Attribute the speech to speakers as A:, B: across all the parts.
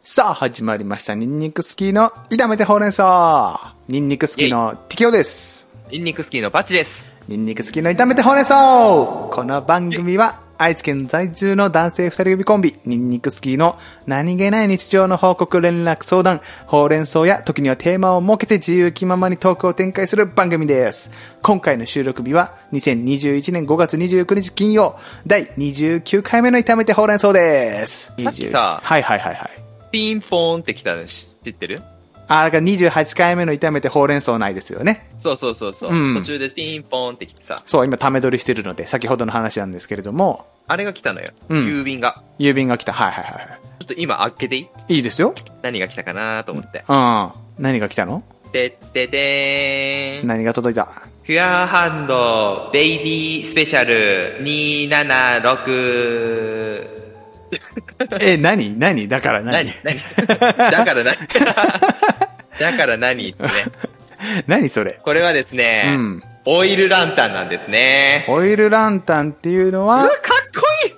A: さあ、始まりました。ニンニクスキーの炒めてほうれん草。ニンニクスキーのティキオです。
B: ニンニクスキーのバチです。
A: ニンニクスキーの炒めてほうれん草。この番組は愛知県在住の男性二人組コンビ、ニンニクスキーの何気ない日常の報告連絡相談、ほうれん草や時にはテーマを設けて自由気ままにトークを展開する番組です。今回の収録日は2021年5月29日金曜、第29回目の炒めてほうれん草です。
B: さっきさ、
A: はいはいはいはい。
B: ピンポーンってきたの知ってる
A: あ、だから28回目の炒めてほうれん草ないですよね。
B: そうそうそうそう。うん、途中でピンポンって来てさ。
A: そう、今、ため取りしてるので、先ほどの話なんですけれども。
B: あれが来たのよ。うん、郵便が。
A: 郵便が来た。はいはいはい。
B: ちょっと今、開けてい
A: いいいですよ。
B: 何が来たかなと思って。
A: うん。何が来たの
B: てってでーん。
A: 何が届いた
B: フュアハンド、ベイビースペシャル276。
A: え、何何だから何
B: 何だから何 だから何ってね。
A: 何それ
B: これはですね、うん、オイルランタンなんですね。
A: オイルランタンっていうのは、
B: うかっこいい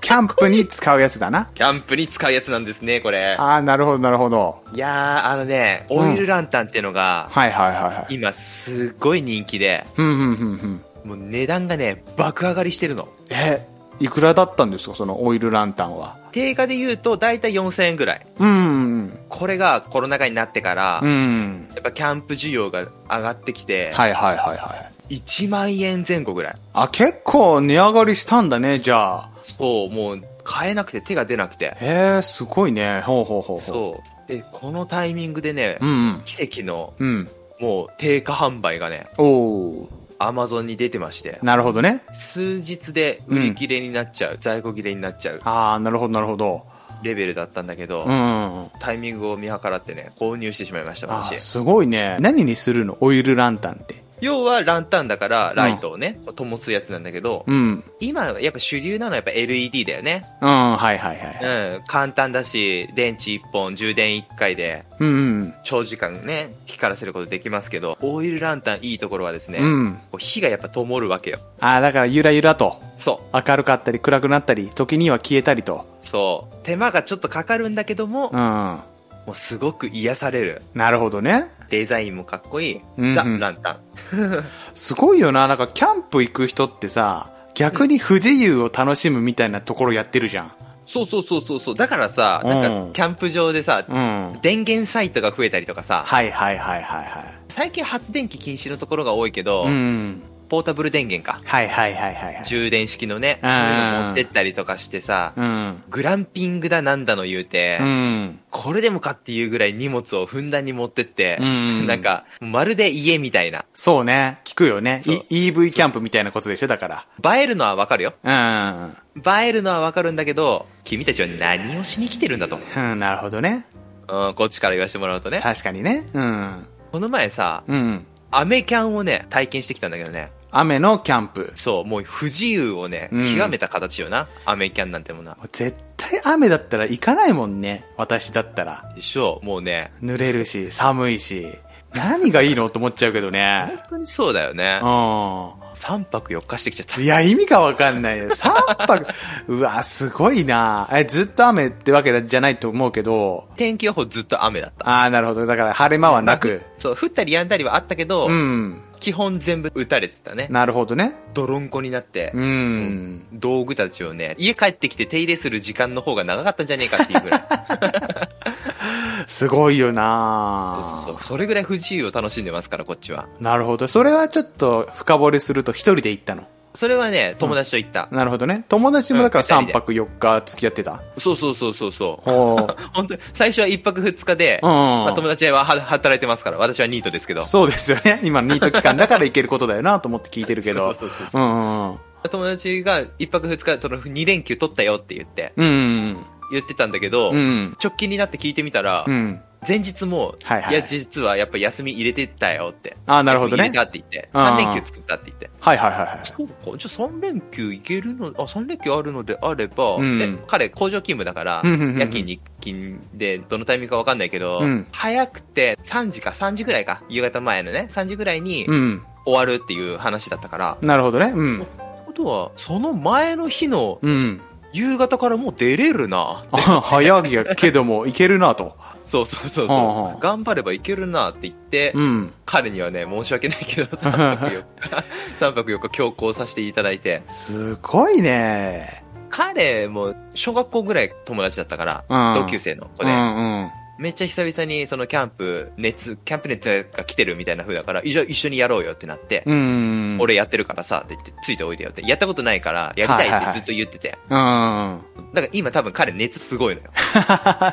A: キャンプに使うやつだな。
B: キャンプに使うやつなんですね、これ。
A: ああ、なるほど、なるほど。
B: いやあのね、オイルランタンっていうのが、。
A: うん、はいはいはいはい
B: 今、すごい人気で、
A: うんうんうん
B: うん。もう値段がね、爆上がりしてるの。
A: え、いくらだったんですかそのオイルランタンは
B: 定価で言うと大体4000円ぐらい
A: うん、
B: これがコロナ禍になってから、
A: うん、
B: やっぱキャンプ需要が上がってきて
A: はいはいはいはい
B: 1万円前後ぐらい
A: あ結構値上がりしたんだねじゃあ
B: そうもう買えなくて手が出なくて
A: へえすごいねほうほうほう
B: そうでこのタイミングでね、
A: うん、
B: 奇跡の、
A: うん、
B: もう定価販売がね
A: おお
B: アマゾンに出てまして
A: なるほどね
B: 数日で売り切れになっちゃう、うん、在庫切れになっちゃう
A: ああなるほどなるほど
B: レベルだったんだけど、
A: うん、
B: タイミングを見計らってね購入してしまいました私
A: すごいね何にするのオイルランタンって
B: 要はランタンだからライトをね、うん、灯すやつなんだけど、
A: うん、
B: 今やっぱ主流なのはやっぱ LED だよね、
A: うんはいはいはい
B: うん、簡単だし電池1本充電1回で長時間ね光らせることできますけどオイルランタンいいところはですね、
A: うん、
B: 火がやっぱ灯るわけよ
A: ああだからゆらゆらと
B: そう
A: 明るかったり暗くなったり時には消えたりと
B: そう手間がちょっとかかるんだけども、
A: うん、も
B: うすごく癒される
A: なるほどね
B: デザインもかっこいい、うんうん、ザ・ランタン
A: すごいよななんかキャンプ行く人ってさ逆に不自由を楽しむみたいなところやってるじゃん、
B: そうそうそうそうそうだからさ、うん、なんかキャンプ場でさ、
A: うん、
B: 電源サイトが増えたりとかさ
A: はいはいはいはいはい
B: 最近発電機禁止のところが多いけど、
A: うん、
B: ポータブル電源か
A: はいはいはいはい、はい、
B: 充電式のねそういうの持ってったりとかしてさ、
A: うん、
B: グランピングだなんだの言うて、
A: うん
B: これでもかっていうぐらい荷物をふんだんに持ってって、
A: うん、
B: なんか、まるで家みたいな。。
A: そうね。聞くよね。EV キャンプみたいなことでしょだから
B: 映えるのはわかるよ。
A: うん。
B: 映えるのはわかるんだけど、君たちは何をしに来てるんだと。
A: うん、なるほどね。
B: うん、こっちから言わせてもらうとね。
A: 確かにね。うん。
B: この前さ、
A: うん。
B: アメキャンをね、体験してきたんだけどね。
A: 雨のキャンプ。
B: そう、もう不自由をね、極めた形よな。アメキャンなんてもな。
A: 絶対雨だったら行かないもんね。私だったら。
B: 一緒、もうね。
A: 濡れるし、寒いし。何がいいのと思っちゃうけどね。
B: 本当にそうだよね。
A: うん。
B: 3泊4日してきちゃった。
A: いや、意味がわかんないよ。3泊。 うわ、すごいなえ、ずっと雨ってわけじゃないと思うけど。
B: 天気予報ずっと雨だった。
A: ああ、なるほど。だから晴れ間はなく。
B: そう、降ったりやんだりはあったけど、
A: うん。
B: 基本全部打たれてたね。
A: なるほどね。
B: 泥んこになって、
A: うん、
B: 道具たちをね、家帰ってきて手入れする時間の方が長かったんじゃねえかっていう ぐらい。
A: すごいよな
B: そうそうそう。それぐらい不自由を楽しんでますから、こっちは。
A: なるほど。それはちょっと深掘りすると一人で行ったの。
B: それはね、友達と行った、
A: うん、なるほどね。友達もだから3泊4日付き合ってた。
B: うん、そうそうそうそう そう。
A: 本
B: 当に、最初は1泊2日で、
A: うん、ま
B: あ、友達は働いてますから、私はニートですけど。
A: そうですよね。今ニート期間だから行けることだよな と思って聞いてるけど。
B: そうそうそう
A: そう。うんうん、
B: 友達が1泊2日、その2連休取ったよって言って、
A: うん、
B: 言ってたんだけど、
A: うん、
B: 直近になって聞いてみたら、
A: うん
B: 前日も、
A: はいはい、
B: いや、実はやっぱ休み入れてたよって。
A: あなるほどね。
B: 入れたって言って。3連休作ったって言って。
A: はいはいはい。
B: そうか。じゃあ3連休いけるの、あ、3連休あるのであれば、うん、で彼工場勤務だから、夜勤日勤でどのタイミングかわかんないけど、
A: うん、
B: 早くて3時か3時ぐらいか、夕方前のね、3時ぐらいに
A: 終
B: わるっていう話だったから。
A: なるほどね。うん。
B: ことは、その前の日の、
A: うん
B: 夕方からもう出れるな。
A: 早いやけども、いけるなと。
B: そうそうそう
A: はあはあ
B: そう。頑張ればいけるなって言って、
A: うん。
B: 彼にはね、申し訳ないけど、3泊4日、三泊4日強行させていただいて、
A: すごいね。
B: 彼も小学校ぐらい友達だったから、
A: うん
B: 同級生の子
A: うん
B: で、
A: うん。
B: めっちゃ久々にそのキャンプ、熱、キャンプ熱が来てるみたいな風だから、いじゃあ一緒にやろうよってなって、
A: うん。。
B: 俺やってるからさって言って、ついておいでよって、やったことないから、やりたいってずっと言ってて、
A: うん。
B: だから今多分彼熱すご いのよ。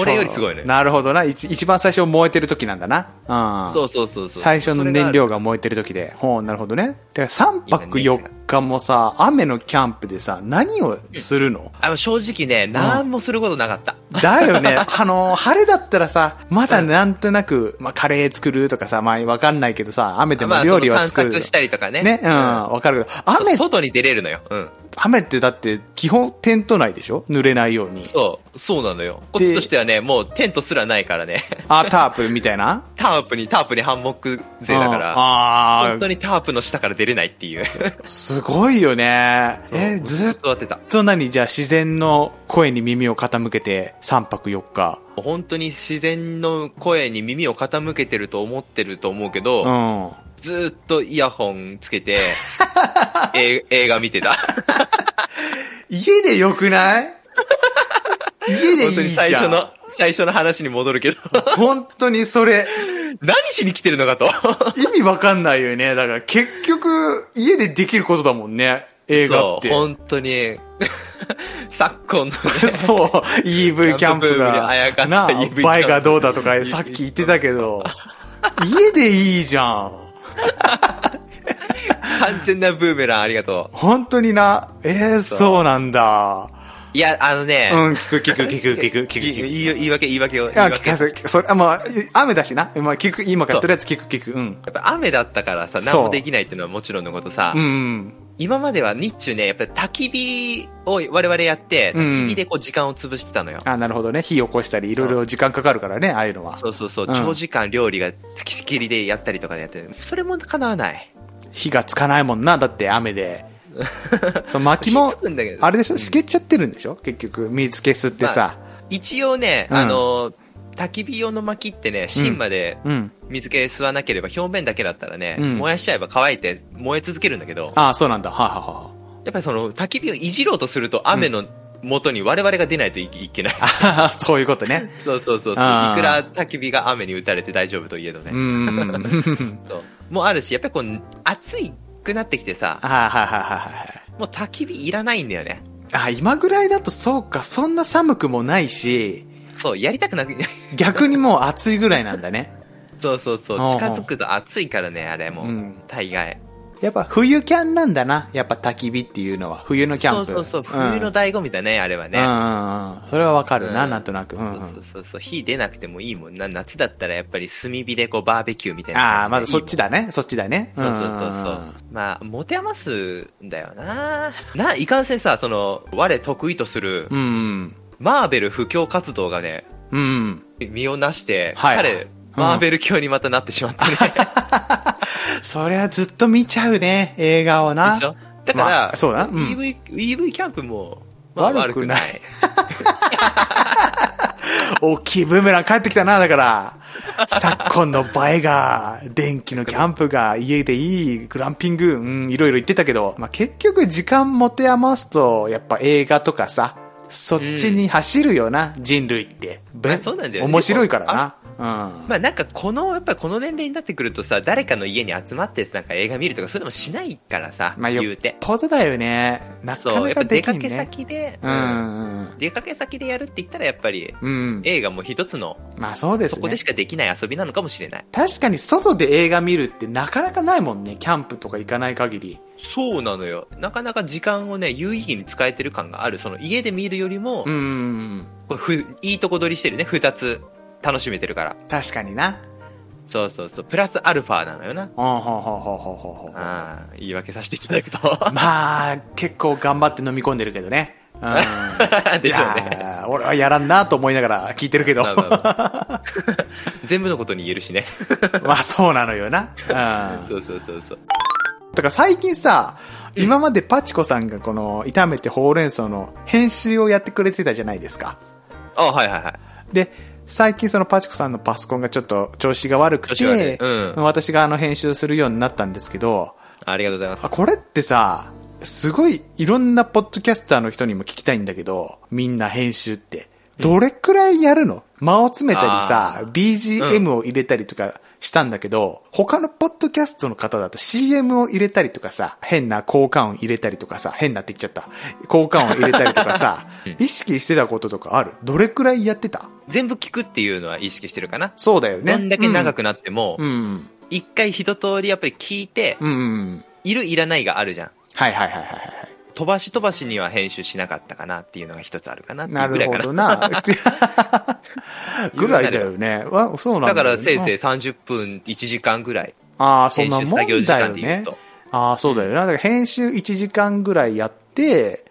B: 俺よりすごいのよ
A: なるほどな。一一番最初燃えてる時なんだな。うん。
B: そうそうそうそう。
A: 最初の燃料
B: が。
A: が燃えてる時で。ほう、なるほどね。だから3泊4日もさ、雨のキャンプでさ、何をするの、
B: あの正直ね、何もすることなかった。
A: だよ ね。あの、晴れだったらさ、まだなんとなく、まあ、カレー作るとかさ、まあ、わかんないけどさ、雨で
B: ま
A: も
B: あ、
A: 料
B: そ
A: 理
B: の
A: は
B: 散
A: 作る。
B: 策したりとかね。
A: ね、うん、わかるけど、
B: うん
A: 雨、
B: 外に出れるのよ。うん。
A: 雨ってだって、基本テント内でしょ濡れないように。
B: そう、そうなのよ。こっちとしてはね、もうテントすらないからね。
A: あ、タープみたいな
B: タープに、タープにハンモック勢だから、
A: ああ
B: 本当にタープの下から出れないっていう。
A: ー、すごいよね。え、ずっ
B: とやってた。
A: と何じゃあ自然の声に耳を傾けて、3泊4日。
B: 本当に自然の声に耳を傾けてると思ってると思うけど、
A: うん。
B: ずーっとイヤホンつ けて、え映画見てた。
A: 家でよくない 家でい
B: 本
A: い
B: 当に
A: じゃん。
B: 最初の、最初の話に戻 るけど、
A: 本当にそれ。
B: 何しに来てるのかと。
A: 意味わかんないよね。だから結局、家でできることだもんね。映画っ
B: そう、
A: て。
B: 本当に、 昨今 のね、
A: そう、EV キャンプが
B: キャンプブームにあやかっ、た
A: なあ
B: EV キャンプ
A: バイがどうだと かさっき言ってたけど、家でいいじゃん。
B: 完全なブーメランありがとう。
A: 本当にな、えー、
B: そう
A: そうなんだ。
B: いや、あのね、
A: うん、聞く聞く聞く聞く聞く
B: い
A: 聞く。
B: いい言い訳、言い訳を。
A: いや、
B: 言い
A: 聞か
B: 訳
A: せ、それ、あまあ、雨だしな。まあ、聞く、今からとりあえず聞く聞く。うん。
B: やっぱ雨だったからさ、
A: そう
B: 何もできないっていうのはもちろんのことさ、
A: うんうん。
B: 今までは日中ね、やっぱり焚き火を我々やって、
A: うん
B: 焚き火でこう時間を潰してたのよ。
A: あ、なるほどね。火起こしたり、いろいろ時間かかるからね、ああいうのは。
B: そうそうそう、
A: うん
B: 長時間料理が付きっきりでやったりとかでやってるそれも叶わない。
A: 火がつかないもんな。だって雨で。 その薪も
B: 火つくんだけ、ど
A: あれでしょ透けちゃってるんでしょ結局、水消すってさ。
B: 一応ね、
A: うん
B: あの、焚き火用の薪ってね、芯まで
A: うん。
B: 水気吸わなければ表面だけだったらね、
A: うん
B: 燃やしちゃえば乾いて燃え続けるんだけど、
A: ああ、そうなんだ。はいはいはい。
B: やっぱりその焚き火をいじろうとすると雨の元に我々が出ないといいけない。
A: あーそういうことね。
B: そうそうそうそう。いく
A: あー
B: ら焚き火が雨に打たれて大丈夫といえどね。
A: うーん。
B: そうもうあるし、やっぱりこう、暑いくなってきてさ、
A: はいはいはいはいはい。
B: もう焚き火いらないんだよね。
A: あ、今ぐらいだとそうか、そんな寒くもないし、
B: そう、やりたくなく、
A: 逆にもう暑いぐらいなんだね。
B: そうそうそう
A: うんうん、
B: 近づくと暑いからね、あれもう、
A: うん
B: 大概。
A: やっぱ冬キャンなんだな。やっぱ焚き火っていうのは、冬のキャ
B: そ
A: ン
B: う
A: プ。
B: そうそう、冬の
A: ね。
B: 醍醐味だね、あれは
A: うんう
B: ね。
A: んうん。それはわかるな、
B: うん
A: なんとなく。うんうん
B: そうそうそう、火出なくてもいいもんな。夏だったらやっぱり炭火でこうバーベキューみたいな。
A: ああ、まだそっちだね。そっちだね。
B: そうそうそうそう。まあ、持て余すんだよな。な、いかんせんさ、その、我得意とする、
A: うんうん。
B: マーベル布教活動がね、
A: うんうん。
B: 身をなして、
A: はい
B: 彼、
A: うん
B: マーベル教にまたなってしま ったね。
A: そりゃずっと見ちゃうね、映画をな。
B: でしょだから、
A: まあそうだなうん
B: EV、EV キャンプも、まあ
A: 悪
B: 悪
A: く
B: く
A: な
B: ないい。
A: 大きいブーメラン帰ってきたな、だから。昨今の映えが、電気のキャンプが、家でいい、グランピング、うん、いろいろ言ってたけど、まあ、結局時間持て余すと、やっぱ映画とかさ、そっちに走るよな、人類って。べ
B: あそうなんだよね
A: 面白いからな。うん。
B: まあなんかこの、やっぱりこの年齢になってくるとさ、誰かの家に集まってなんか映画見るとかそういうのもしないからさ、
A: まあ、よ
B: 言う。
A: ってぽどだよね。なか
B: そ
A: な
B: う、やっぱ
A: かで
B: 出
A: き
B: か
A: ん
B: け
A: ね。
B: 先で、
A: う
B: うん
A: んうん。
B: 出かけ先でやるって言ったらやっぱり、
A: うん。
B: 映画も一つの、
A: まあそうですね。
B: そこでしかできない遊びなのかもしれない。
A: 確かに外で映画見るってなかなかないもんね。キャンプとか行かない限り。
B: そうなのよ。なかなか時間をね、有意義に使えてる感がある。その家で見るよりも、
A: うん。
B: こうふいいとこ取りしてるね、二つ楽しめてるから。
A: 確かにな。
B: そうそうそう。プラスアルファなのよな。
A: うん、ほうほうほうほうほうほう。
B: ああ、言い訳させていただくと。
A: まあ、結構頑張って飲み込んでるけどね。うん。
B: でしょう
A: い
B: ね。
A: やー俺はやらんなと思いながら聞いてるけ ど。
B: まあま あまあ全部のことに言えるしね。
A: まあそうなのよな。うん。
B: そうそうそうそう。
A: だから最近さ、今までパチコさんがこの、炒めてほうれん草の編集をやってくれてたじゃないですか。
B: あ、はいはいはい。
A: で、最近そのパチコさんのパソコンがちょっと調子が悪く
B: 調子悪
A: て、
B: いう
A: 私があの編集するようになったんですけど、
B: ありがとうございます
A: あ。これってさ、すごいいろんなポッドキャスターの人にも聞きたいんだけど、みんな編集って。どれくらいやるの間を詰めたりさ、BGM を入れたりとかしたんだけど、他のポッドキャストの方だと CM を入れたりとかさ、変な効果音入れたりとかさ、変なって言っちゃった。効果音入れたりとか さ、意識してたこととかあるどれくらいやってた
B: 全部聞くっていうのは意識してるかな。
A: そうだよね。
B: どんだけ長
A: く。
B: くなっても
A: う、ん。
B: 一回一通りやっぱり聞いて、
A: うん。うん。
B: いるいらないがあるじゃん。
A: はいはいはいはいはい。
B: 飛ばし飛ばしには編集しなかったかなっていうのが一つあるかなってい
A: な
B: うぐ
A: る
B: らい
A: ほ
B: かな。
A: どな。 ぐらいだよね。わそうな
B: だ
A: んだ
B: か
A: よね、
B: らせいぜい30分1時間ぐらい。
A: ああ、そんなもんだ
B: 編集作業
A: よ
B: 時間で言
A: ね
B: うと。
A: ああ、そうだよな。だから編集1時間ぐらいやって、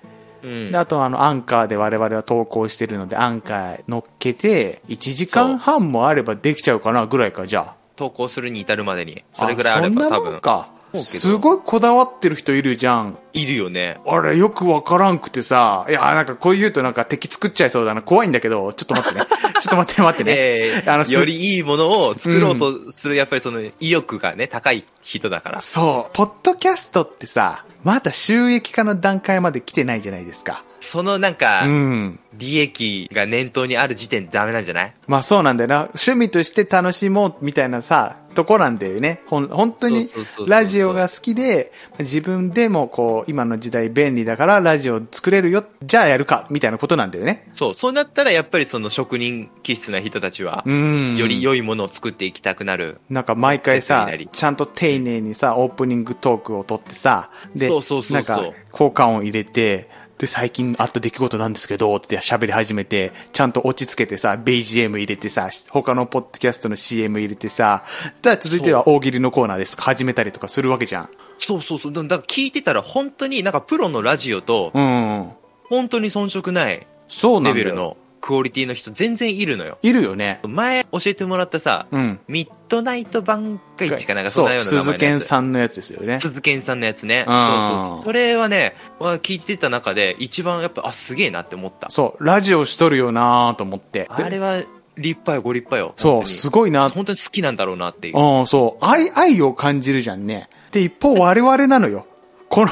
B: うん
A: で。あとあの、アンカーで我々は投稿してるので、アンカー乗っけて、1時間半もあればできちゃうかなぐらいか、じゃあ。
B: 投稿するに至るまでに。それぐらいあれ
A: そ
B: ば
A: んな
B: 多
A: もん
B: 分。
A: か。
B: 思うけど
A: すごいこだわってる人いるじゃん。
B: いるよね。
A: あれ、よくわからんくてさ、いや、なんかこう言うとなんか敵作っちゃいそうだな。怖いんだけど、ちょっと待ってね。ちょっと待って 待ってね。
B: ええ
A: あのす
B: よりいいものを作ろうとする、やっぱりその意欲がね、高い人だから。
A: そう、ポッドキャストってさ、まだ収益化の段階まで来てないじゃないですか。
B: そのなん
A: う
B: か、
A: ん。
B: 利益が念頭にある時点でダメなんじゃない
A: まあそうなんだよな。趣味として楽しもうみたいなさ、とこなんだよね。ほん、本当に
B: そうそうそうそう
A: ラジオが好きで、自分でもこう、今の時代便利だからラジオ作れるよ、じゃあやるか、みたいなことなんだよね。
B: そう、そうなったらやっぱりその職人気質な人たちは、
A: ん
B: より良いものを作っていきたくなる。
A: なんか毎回さ
B: 説明なり、
A: ちゃんと丁寧にさ、オープニングトークを取ってさ、で、
B: そうそうそうそう
A: なんか、効果音入れて、で、最近あった出来事なんですけど、って喋り始めて、ちゃんと落ち着けてさ、BGM 入れてさ、他のポッドキャストの CM 入れてさ、じゃあ続いては大喜利のコーナーですとか始めたりとかするわけじゃん。
B: そうそうそう。でもだから聞いてたら本当になんかプロのラジオと、
A: うん。
B: 本当に遜色ない
A: そうな
B: レ
A: んだ
B: ベ
A: よ。
B: ルのクオリティの人全然いるのよ。
A: いるよね。
B: 前教えてもらったさ、
A: うん。
B: ミッドナイト番外地かなんかそん
A: そ
B: なよ
A: う、
B: うな名前のやつ。
A: 鈴賢さんのやつですよね。
B: 鈴賢さんのやつね。
A: うん
B: そうそうそう。それはね、まあ聞いてた中で一番やっぱ、あ、すげえなって思った。
A: そう、ラジオしとるよなーと思って。
B: あれは立派よ、ご立派よ。
A: そ
B: 本
A: う、
B: 当に
A: すごいなーっ
B: 本当に好きなんだろうなっていう。
A: うん、そう。愛、愛を感じるじゃんね。で、一方我々なのよ。この、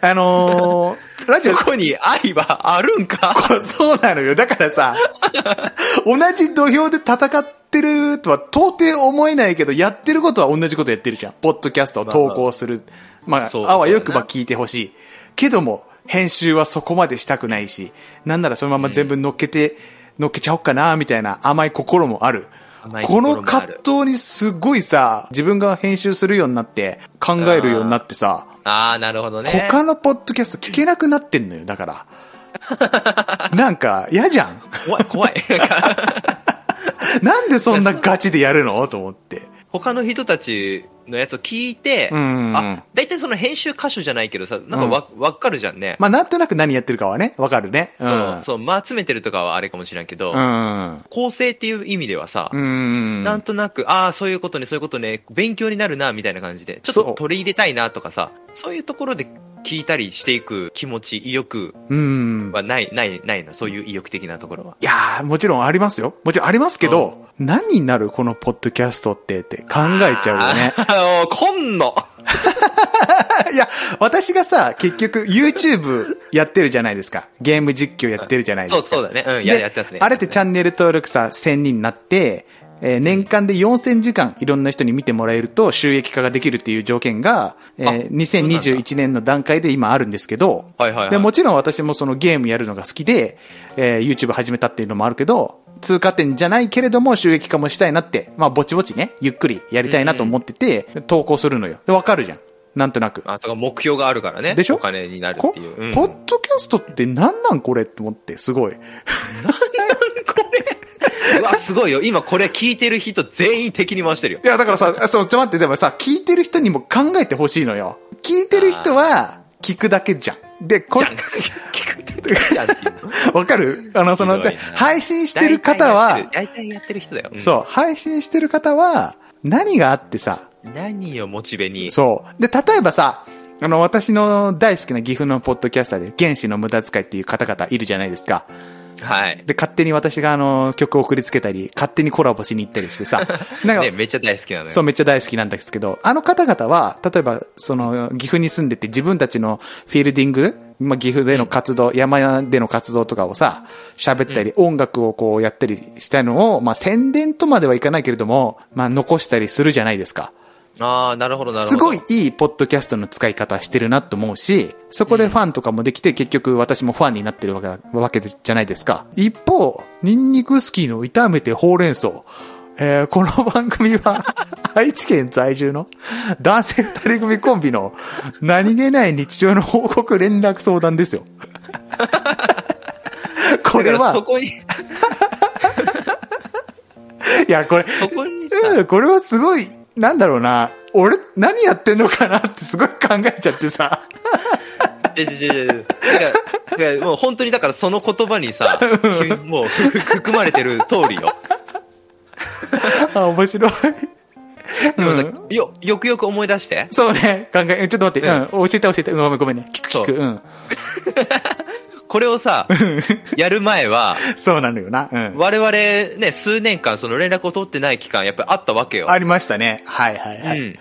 A: あのー、ラジ
B: そ
A: オ、
B: こに愛はあるんか
A: こそうなのよ。だからさ、同じ土俵で戦ってるとは到底思えないけど、やってることは同じことやってるじゃん。ポッドキャストを投稿する。まあ、
B: そう
A: あわよく
B: そうだ
A: ば
B: ね
A: 聞いてほしい。けども、編集はそこまでしたくないし、なんならそのまま全部乗っけて、乗っけちゃおっかな、みたいな甘い心もある。
B: 甘い
A: こ
B: 心もあ
A: の
B: る
A: 葛藤にすごいさ、自分が編集するようになって、考えるようになってさ、
B: ああ、なるほどね。
A: 他のポッドキャスト聞けなくなってんのよ、だ から。なんか、嫌じゃん。
B: 怖い、怖い。
A: なんでそんなガチでやるのと思って。
B: 他の人たちのやつを聞いて、
A: うん
B: あ、大体その編集歌手じゃないけどさ、なんかわ、わかるじゃんね。
A: まあ、なんとなく何やってるかはね、わかるね。うん。
B: そう、そう、まあ集めてるとかはあれかもしれんけど、
A: うん。
B: 構成っていう意味ではさ、
A: うん。
B: なんとなく、ああ、そういうことね、そういうことね、勉強になるな、みたいな感じで、ちょっ
A: そう
B: と取り入れたいなとかさ、そういうところで聞いたりしていく気持ち、意欲
A: うん。
B: はない、ない、ないの、そういう意欲的なところは。
A: いやー、もちろんありますよ。もちろんありますけど、何になるこのポッドキャストってって考えちゃうよ ね。
B: あの、こんの
A: いや、私がさ、結局 YouTube やってるじゃないですか。ゲーム実況やってるじゃないです
B: そう、
A: か。
B: そうだね。うん、や、
A: で
B: やってますね。
A: あれってチャンネル登録さ、1000人になって、えー年間で4000時間いろんな人に見てもらえると収益化ができるっていう条件が、えー
B: あ
A: 2021年の段階で今あるんですけど、
B: はいはいはい
A: で、もちろん私もそのゲームやるのが好きで、えー YouTube 始めたっていうのもあるけど、通過点じゃないけれども収益化もしたいなって、まあぼちぼちね、ゆっくりやりたいなと思ってて、投稿するのよ。で、わかるじゃん。なんとなく。
B: あ、とか目標があるからね。
A: でしょ
B: お金になるっ
A: こ
B: ていう。うん
A: ポッドキャストって何なんこれって思って、すごい。
B: うわ、すごいよ。今これ聞いてる人全員敵に回してるよ
A: い。や、だからさ、そう、ちょ、待って、でもさ、聞いてる人にも考えてほしいのよ。聞いてる人は、聞くだけじゃん。で、こ
B: じ
A: れ
B: ゃん、聞く敵じゃんっていう。
A: わかるあ の、その、
B: ひどい
A: で
B: な
A: 配信してる方は、
B: 大体やってる大体やってる人だよ。うん
A: そう、配信してる方は、何があってさ、
B: 何よ、モチベに。
A: そう。で、例えばさ、あの、私の大好きな岐阜のポッドキャスターで、原始の無駄遣いっていう方々いるじゃないですか。
B: はい。
A: で、勝手に私があの、曲を送りつけたり、勝手にコラボしに行ったりして さ、なんか、
B: ね、めっちゃ大好きなのよ。
A: そう、めっちゃ大好きなんですけど、あの方々は、例えば、その、岐阜に住んでて自分たちのフィールディング、まあ、岐阜での活動、山での活動とかをさ、喋ったり、音楽をこうやったりしたのを、まあ、宣伝とまではいかないけれども、まあ、残したりするじゃないですか。
B: ああ、なるほど、なるほ
A: す
B: ど。
A: ごいいいポッドキャストの使い方してるなと思うし、そこでファンとかもできて、結局私もファンになってるわけわけじゃないですか。一方、ニンニクスキーの炒めてほうれん草。えーこの番組 は愛知県在住の男性二人組コンビの何気ない日常の報告連絡相談です よ。こ
B: だか
A: れ
B: らそ
A: は、
B: こに、
A: いや、これ、
B: そこに さ、
A: うん、これはすごい、なんだろうな、俺、何やってんのかなってすごい考えちゃってさ。
B: いやいやいやいやだからだからもう本当にだからその言葉にさ、もうふ含まれてる通りよ。
A: あ、面白い。
B: でもさよ、よくよく思い出して。
A: そうね、考え、ちょっと待って、うん、教えて教えて、うん、ごめんごめんね。聞く
B: そう
A: 聞く、うん。
B: これをさ、やる前は、
A: そうなのよな、うん。
B: 我々ね、数年間その連絡を取ってない期間やっぱりあったわけよ。
A: ありましたね。はいはいは
B: う
A: い。
B: ん。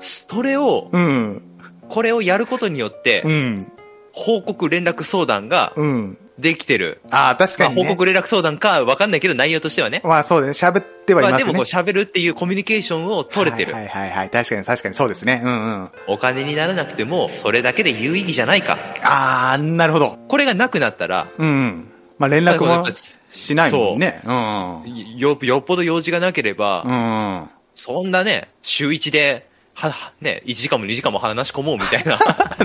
B: それを、
A: うん、
B: これをやることによって
A: う、ん、
B: 報告連絡相談が
A: うん。
B: できてる。
A: ああ、確
B: ま
A: か
B: あ、
A: に、ね。
B: 報告連絡相談かわかんないけど内容としてはね。
A: まあそうですね、喋ってはい
B: ま
A: ま
B: あです
A: ね。
B: もこう喋るっていうコミュニケーションを取れてる。
A: はいはいはいはい、確かに確かにそうですね。うんうん。あ
B: お金にならなくても、それだけで有意義じゃないか。
A: あー、なるほど。
B: これがなくなったら、
A: うん、うん。まあ連絡
B: やっ
A: も
B: ぱ
A: しないもんね。うんうん。
B: よ、よっぽど用事がなければ、
A: うんうん。
B: そんなね、週一で、は、はね、1時間も2時間も話し込もうみたい な、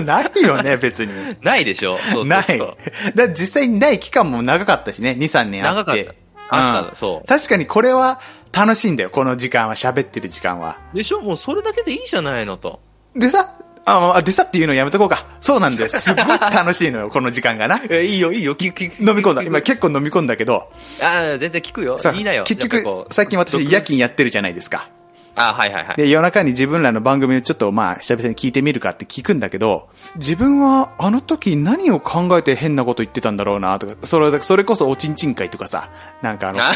A: ないよね、別に。
B: ないでしょそうそうそう
A: ない。 だ実際にない期間も長かったしね、2、3年あって。
B: 長かったあったの
A: うん
B: そう
A: 確かにこれは楽しいんだよ、この時間は、喋ってる時間は。
B: でしょもうそれだけでいいじゃないのと。
A: でさ、あ、あでさっていうのやめとこうか。そうなん だよ。すっごい楽しいのよ、この時間がな。
B: え、いいよ、いいよ、聞く、聞く。
A: 飲み込んだ。今結構飲み込んだけど、
B: ああ、全然聞くよ
A: さ。
B: いいなよ。
A: 結
B: やっぱこ
A: 局、
B: う
A: 最近私
B: 毒
A: 夜勤やってるじゃないですか。
B: あはいはいはい。
A: で、夜中に自分らの番組をちょっとまあ、久々に聞いてみるかって聞くんだけど、自分はあの時何を考えて変なこと言ってたんだろうなとか、それ、それこそおちんちん会とかさ、なんかあの、
B: あ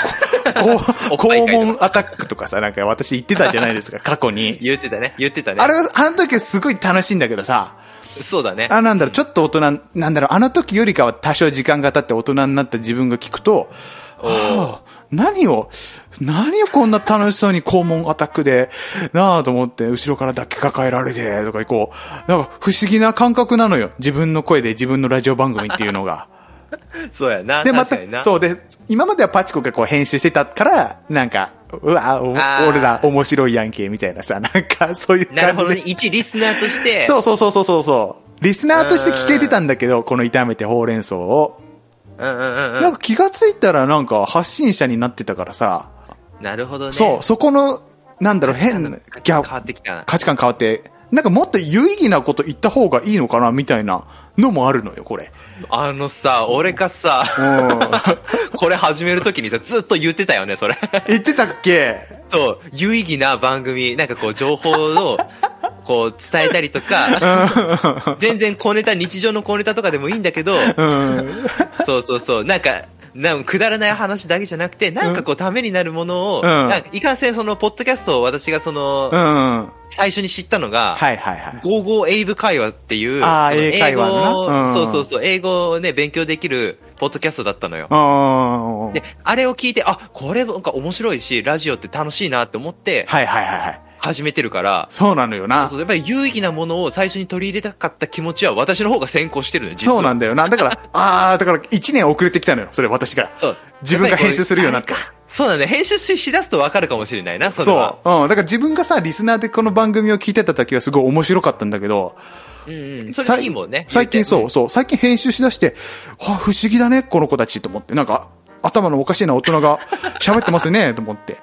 A: こ
B: お
A: う
B: っぱ
A: 肛
B: い会とか
A: 門アタックとかさ、なんか私言ってたじゃないですか、過去に。
B: 言ってたね、言ってたね。
A: あれ、あの時すごい楽しいんだけどさ、
B: そうだね。
A: あ、なんだろう、ちょっと大人、なんだろう、あの時よりかは多少時間が経って大人になった自分が聞くと、はあ、何を、何をこんな楽しそうに肛門アタックで、なあと思って、後ろから抱きかかえられて、とかこう、なんか不思議な感覚なのよ。自分の声で自分のラジオ番組っていうの が。
B: そうやな。
A: で、ま
B: 確かに
A: た、
B: な。
A: そうで、今まではパチコがこう編集してたから、なんか、うわ、お
B: あー
A: 俺ら面白いやんけ、みたいなさ、なんかそういう
B: なる
A: 感じ
B: ほど
A: で
B: ね。。一リスナーとして、
A: そうそうそうそうそうそう。リスナーとして聞けてたんだけど、この炒めてほうれん草を。
B: うんうんうんう
A: なんか気がついたらなんか発信者になってたからさ、
B: ん。なるほどね。
A: そう、そこの、なんだろう、変な、ギ
B: 変
A: ャ
B: わってきたな。
A: 価値観変わって、なんかもっと有意義なこと言った方がいいのかな、みたいなのもあるのよ、これ。
B: あのさ、俺がさ、
A: うん。
B: これ始めるときにさ、ずっと言ってたよね、それ。
A: 言ってたっけ
B: そう、有意義な番組、なんかこう、情報 を、こう、伝えたりとか、全然小ネタ、日常の小ネタとかでもいいんだけど、
A: うん。
B: そうそうそう、なんか、なんくだらない話だけじゃなくて、なんかこう、ためになるものを、
A: ん
B: なんかいかんせんその、ポッドキャストを私がその、
A: うん。は
B: 最初に知ったのが、
A: いはいはい。
B: ゴーゴーエイブ会話っていう、
A: あー
B: その
A: 英会話のな
B: 英語を
A: うん
B: そうそうそう、英語をね、勉強できる、ポッドキャストだったのよ。
A: うん。はい
B: で、あれを聞いて、あ、これなんか面白いし、ラジオって楽しいなって思って
A: はいはいはい。
B: 始めてるから、
A: そうなのよな。
B: そうやっぱり有意義なものを最初に取り入れたかった気持ちは私の方が先行してるのよ、実は。
A: そうなんんだよな。だから、あー、だから1年遅れてきたのよ、それ私が。
B: そう
A: 自分が編集するようになって。
B: そうなんだよ、編集ししだすとわかるかもしれないな、それは。
A: そう。うん。だから自分がさ、リスナーでこの番組を聞いてた時はすごい面白かったんだけど、
B: うんうん。それでいいもんね。
A: 最近
B: 言
A: そうう、そう。最近編集しだして、はあ、不思議だね、この子たちと思って。なんか、頭のおかしいな 大人が喋ってますね、と思って。
B: て。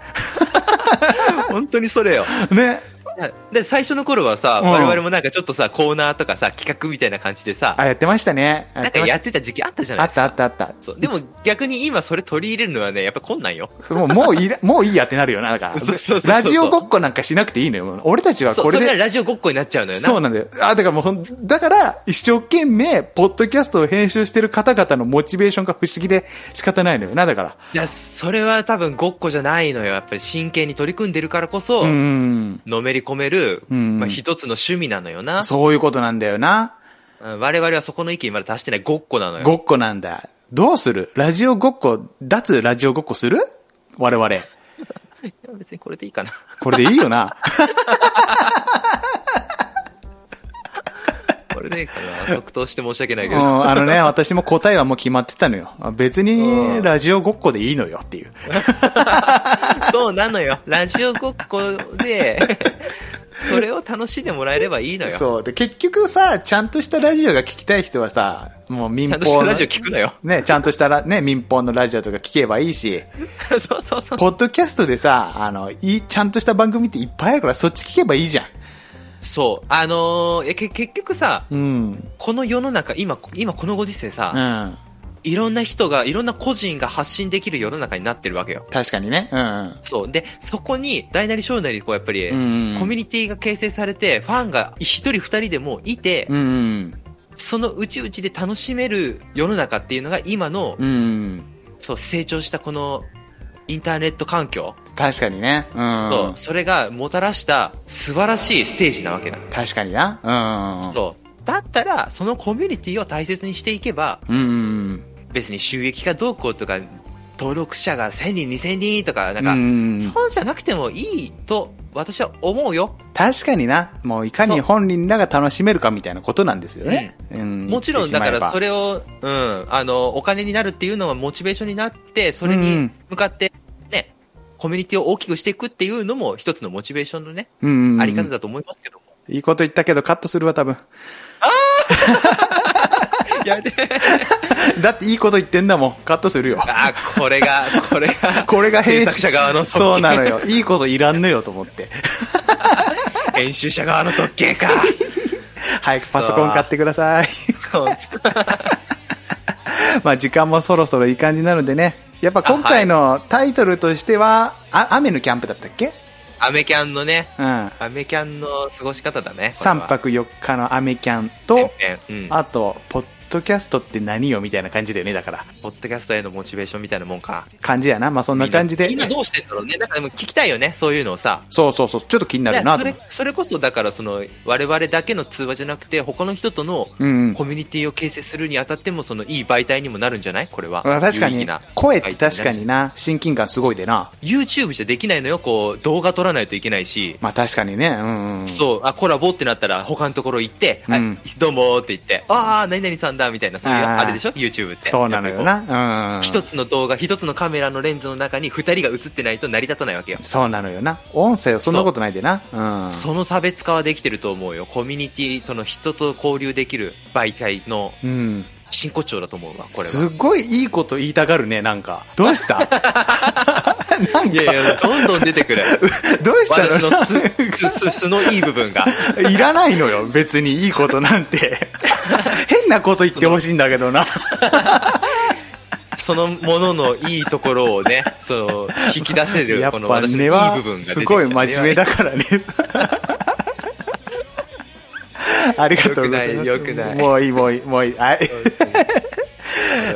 B: 本当にそれよ。
A: ね。
B: はいで、最初の頃はさ、
A: うん
B: 我々もなんかちょっとさ、コーナーとかさ、企画みたいな感じでさ、
A: あ、やってましたね。
B: なんか
A: まし
B: やってた時期あったじゃ
A: あ
B: ない
A: ったあったあった。
B: そう。でも逆に今それ取り入れるのはね、やっぱ困難よ。
A: もう、もういいら、もういいやってなるよな、だから
B: そうそうそう。そう
A: ラジオごっこなんかしなくていいのよ。もう俺たちは
B: そう
A: これ
B: それ
A: で。
B: がラジオごっこになっちゃうのよな。
A: そうなんだよ。あ、だからもうほん、だから、一生懸命、ポッドキャストを編集してる方々のモチベーションが不思議で仕方ないのよな、だから。
B: いや、それは多分ごっこじゃないのよ。やっぱり真剣に取り組んでるからこそ、
A: うん。
B: のめり込める、
A: ん
B: まあ一つの趣味なのよな。
A: そういうことなんだよな。
B: うん我々はそこの意見まだ達してないごっこなのよ。
A: ごっこなんだ。どうするラジオごっこ、脱ラジオごっこする我々。
B: いや別にこれでいいかな。
A: これでいいよな。
B: これでいいかな。即答して申し訳ないうけど。
A: ん、あのね、私も答えはもう決まってたのよ。別に、ラジオごっこでいいのよっていう。
B: そうなのよ。ラジオごっこで、 それを楽しんでもらえればいいのよ。ち
A: そう。で、結局さ、ちゃんとしたラジオが聞きたい人はさ、もう民
B: ゃんとし
A: 放
B: た
A: の
B: ラジオ聞くのよ。
A: ね、ちゃんとしたら、ね、民放のラジオとか聞けばいいし、
B: そうそうそう。
A: ポッドキャストでさ、あの、いい、ちゃんとした番組っていっぱいあるから、そっち聞けばいいじゃん。
B: そう。あのーえけ結局さ、
A: うん。
B: この世の中、今、今このご時世さ、
A: うん。
B: いろんな人が、いろんな個人が発信できる世の中になってるわけよ。
A: 確かにね。うん。
B: そう。で、そこに、大なり小なり、こう、やっぱり、コ
A: う
B: ミ
A: ん
B: ュニティが形成されて、ファンが一人二人でもいて、
A: うん。
B: そのうちうちで楽しめる世の中っていうのが、今の、
A: うん。
B: そう、成長したこの、インターネット環境、
A: 確かにね。うん。
B: そう、それがもたらした素晴らしいステージなわけだ。
A: 確かにな。うん。
B: そう。だったら、そのコミュニティを大切にしていけば、
A: うん。
B: 別に収益がどうこうとか、登録者が1000人、2000人とか、なんか、
A: うん
B: そうじゃなくてもいいと私は思うよ。
A: 確かにな。もういかに本人らが楽しめるかみたいなことなんですよね。うん
B: もちろん、だからそ
A: れ、
B: れを、うん、あの、お金になるっていうのはモチベーションになって、それ
A: う
B: に
A: ん
B: 向かって、ね、コミュニティを大きくしていくっていうのも一つのモチベーションのね、
A: うん。
B: あり方だと思います けども。
A: いいこと言ったけどカットするわ、多分。
B: やめて。
A: だっていいこと言ってんだもん。カットするよ。
B: あー、これが、これが、
A: これが
B: 制
A: 編
B: 作
A: 集
B: 者側の
A: そうな
B: 特
A: のよ。いいこといらんのよと思って。
B: 権、編集者側の特 権か。
A: 早くパソコン買ってください。 まあ時間もそろそろいい感じなのでね。やっぱ今回のタイトルとしては、あ雨のキャンプだったっけ
B: アメキャンのね、
A: うん。
B: アメキャンの過ごし方だね。これは
A: 3泊4日の雨キャンと、
B: ねうん、
A: あと、ポッドキャストって何よみたいな感じだよね、だから。
B: ポッドキャストへのモチベーションみたいなもんか。
A: 感じやな。まあそんな感じで。
B: みんなみんなどうしてんだろうね。なんかでも聞きたいよね、そういうのをさ。
A: そうそうそう。ちょっと気になるな
B: そ
A: と思って。
B: れそれこそだからその我々だけの通話じゃなくて他の人とのコ
A: う
B: ミ
A: んうん
B: ュニティを形成するにあたってもそのいい媒体にもなるんじゃないこれは
A: まあ確か
B: 有意
A: に
B: 義な、
A: 声って確か
B: 媒体
A: にな、親近感すごいでな。
B: になる YouTube じゃできないのよこう動画撮らないといけないし、
A: まあ確かにね。うんうん。
B: そうあコラボってなったら他のところ行って、あ
A: うん
B: どうもーって言ってああ何々さんだみたいなそういう
A: あー
B: あれでしょ YouTube って
A: そうなのよ
B: やっぱりこ
A: な。うん。
B: う一つの動画一つのカメラのレンズの中に二人が映ってないと成り立たないわけよ
A: そうなのよな。音声はそんなことないでな。うん。
B: その差別化はできてると思うよ。コミュニティ、その人と交流できる媒体の
A: うん。
B: 真骨頂だと思うわ、これは。
A: すごいいいこと言いたがるね、なんか。どうしたな んか、
B: いやいや、どんどん出てくる。
A: ど うした
B: 私の
A: の
B: 素素素のいい部分が。
A: いらないのよ、別にいいことなん て。変なこと言ってほしいんだけどな。
B: そのもののいいところをね、その、引き出せる
A: や、っ
B: この
A: ぱ
B: 私のい
A: 根
B: い
A: は
B: 部分が出てきた
A: す
B: ね。
A: ごい真面目 だからね。ありがとうございます。
B: よくないよくない
A: もういい、もういい、もういい。はい。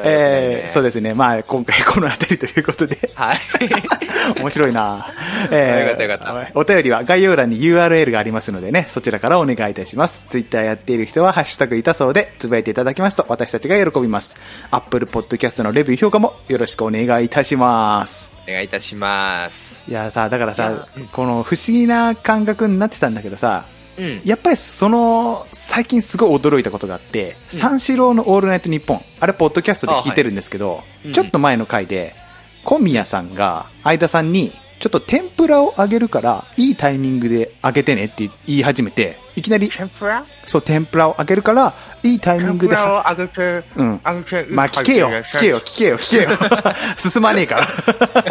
A: えーそうですね。まあ、今回この辺りということで。
B: はい。
A: 面白いな、えー
B: よかったよかっ
A: お便りは概要欄に URL がありますのでね、そちらからお願いいたします。Twitter やっている人は、ハッシュタグいたそうで、つぶやいていただきますと、私たちが喜びます。Apple Podcast のレビュー評価もよろしくお願いいたします。
B: お願いいたします。
A: いやさ、だからさ、この不思議な感覚になってたんだけどさ、
B: うん。
A: やっぱりその、最近すごい驚いたことがあって、三四郎のオールナイトニッポン、あれ、ポッドキャストで聞いてるんですけど、
B: いうん
A: ちょっと前の回で、小宮さんが、相田さんに、ちょっと天ぷらをあげるから、いいタイミングであげてねって言い始めて、いきなり、
B: 天ぷら
A: そう、天ぷらをあげるから、いいタイミン
B: 天
A: グ
B: ぷ
A: では、
B: らをあげて、
A: うん
B: あげて、
A: まあ聞けよ、聞けよ、。聞けよ、聞けよ。 進まねえか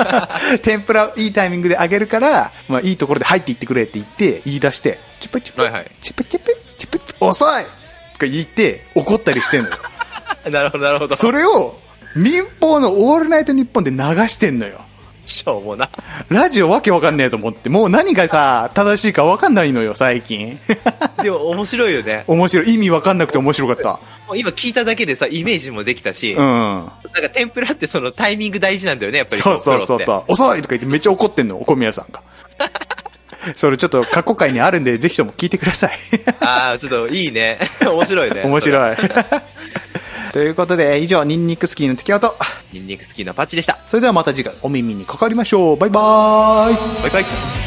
A: ら。 天ぷらいいタイミングであげるから、まあいいところで入っていってくれって言って、言い出して、チュプチュプ、
B: はいはい
A: チュプチュプ、チュプチュプ、遅いとか言って怒ったりしてんのよ。
B: なるほど、なるほど。
A: それを民放のオールナイトニッポンで流してんのよ。
B: しょうもな。
A: ラジオわけわかんねえと思って、もう何がさ、正しいかわかんないのよ、最近。
B: でも面白いよね。
A: 面白い。意味わかんなくて面白かった。
B: もう今聞いただけでさ、イメージもできたし、
A: う
B: なん
A: ん。
B: か天ぷらってそのタイミング大事なんだよね、やっぱり。
A: そうそうそうそう。遅いとか言ってめっちゃ怒ってんの、お米屋さ んが。それちょっと過去回にあるんで、ぜひとも聞いてくだ さい。
B: う。ああ、ちょっといいね。 面白いね。
A: 面
B: い。
A: 白 い。ということで、以上、ニンニクスキーの適応と、
B: ニンニク好きなパッチでした。
A: それではまた次回お耳にかかりましょう。バイバーイ。
B: バイバイ。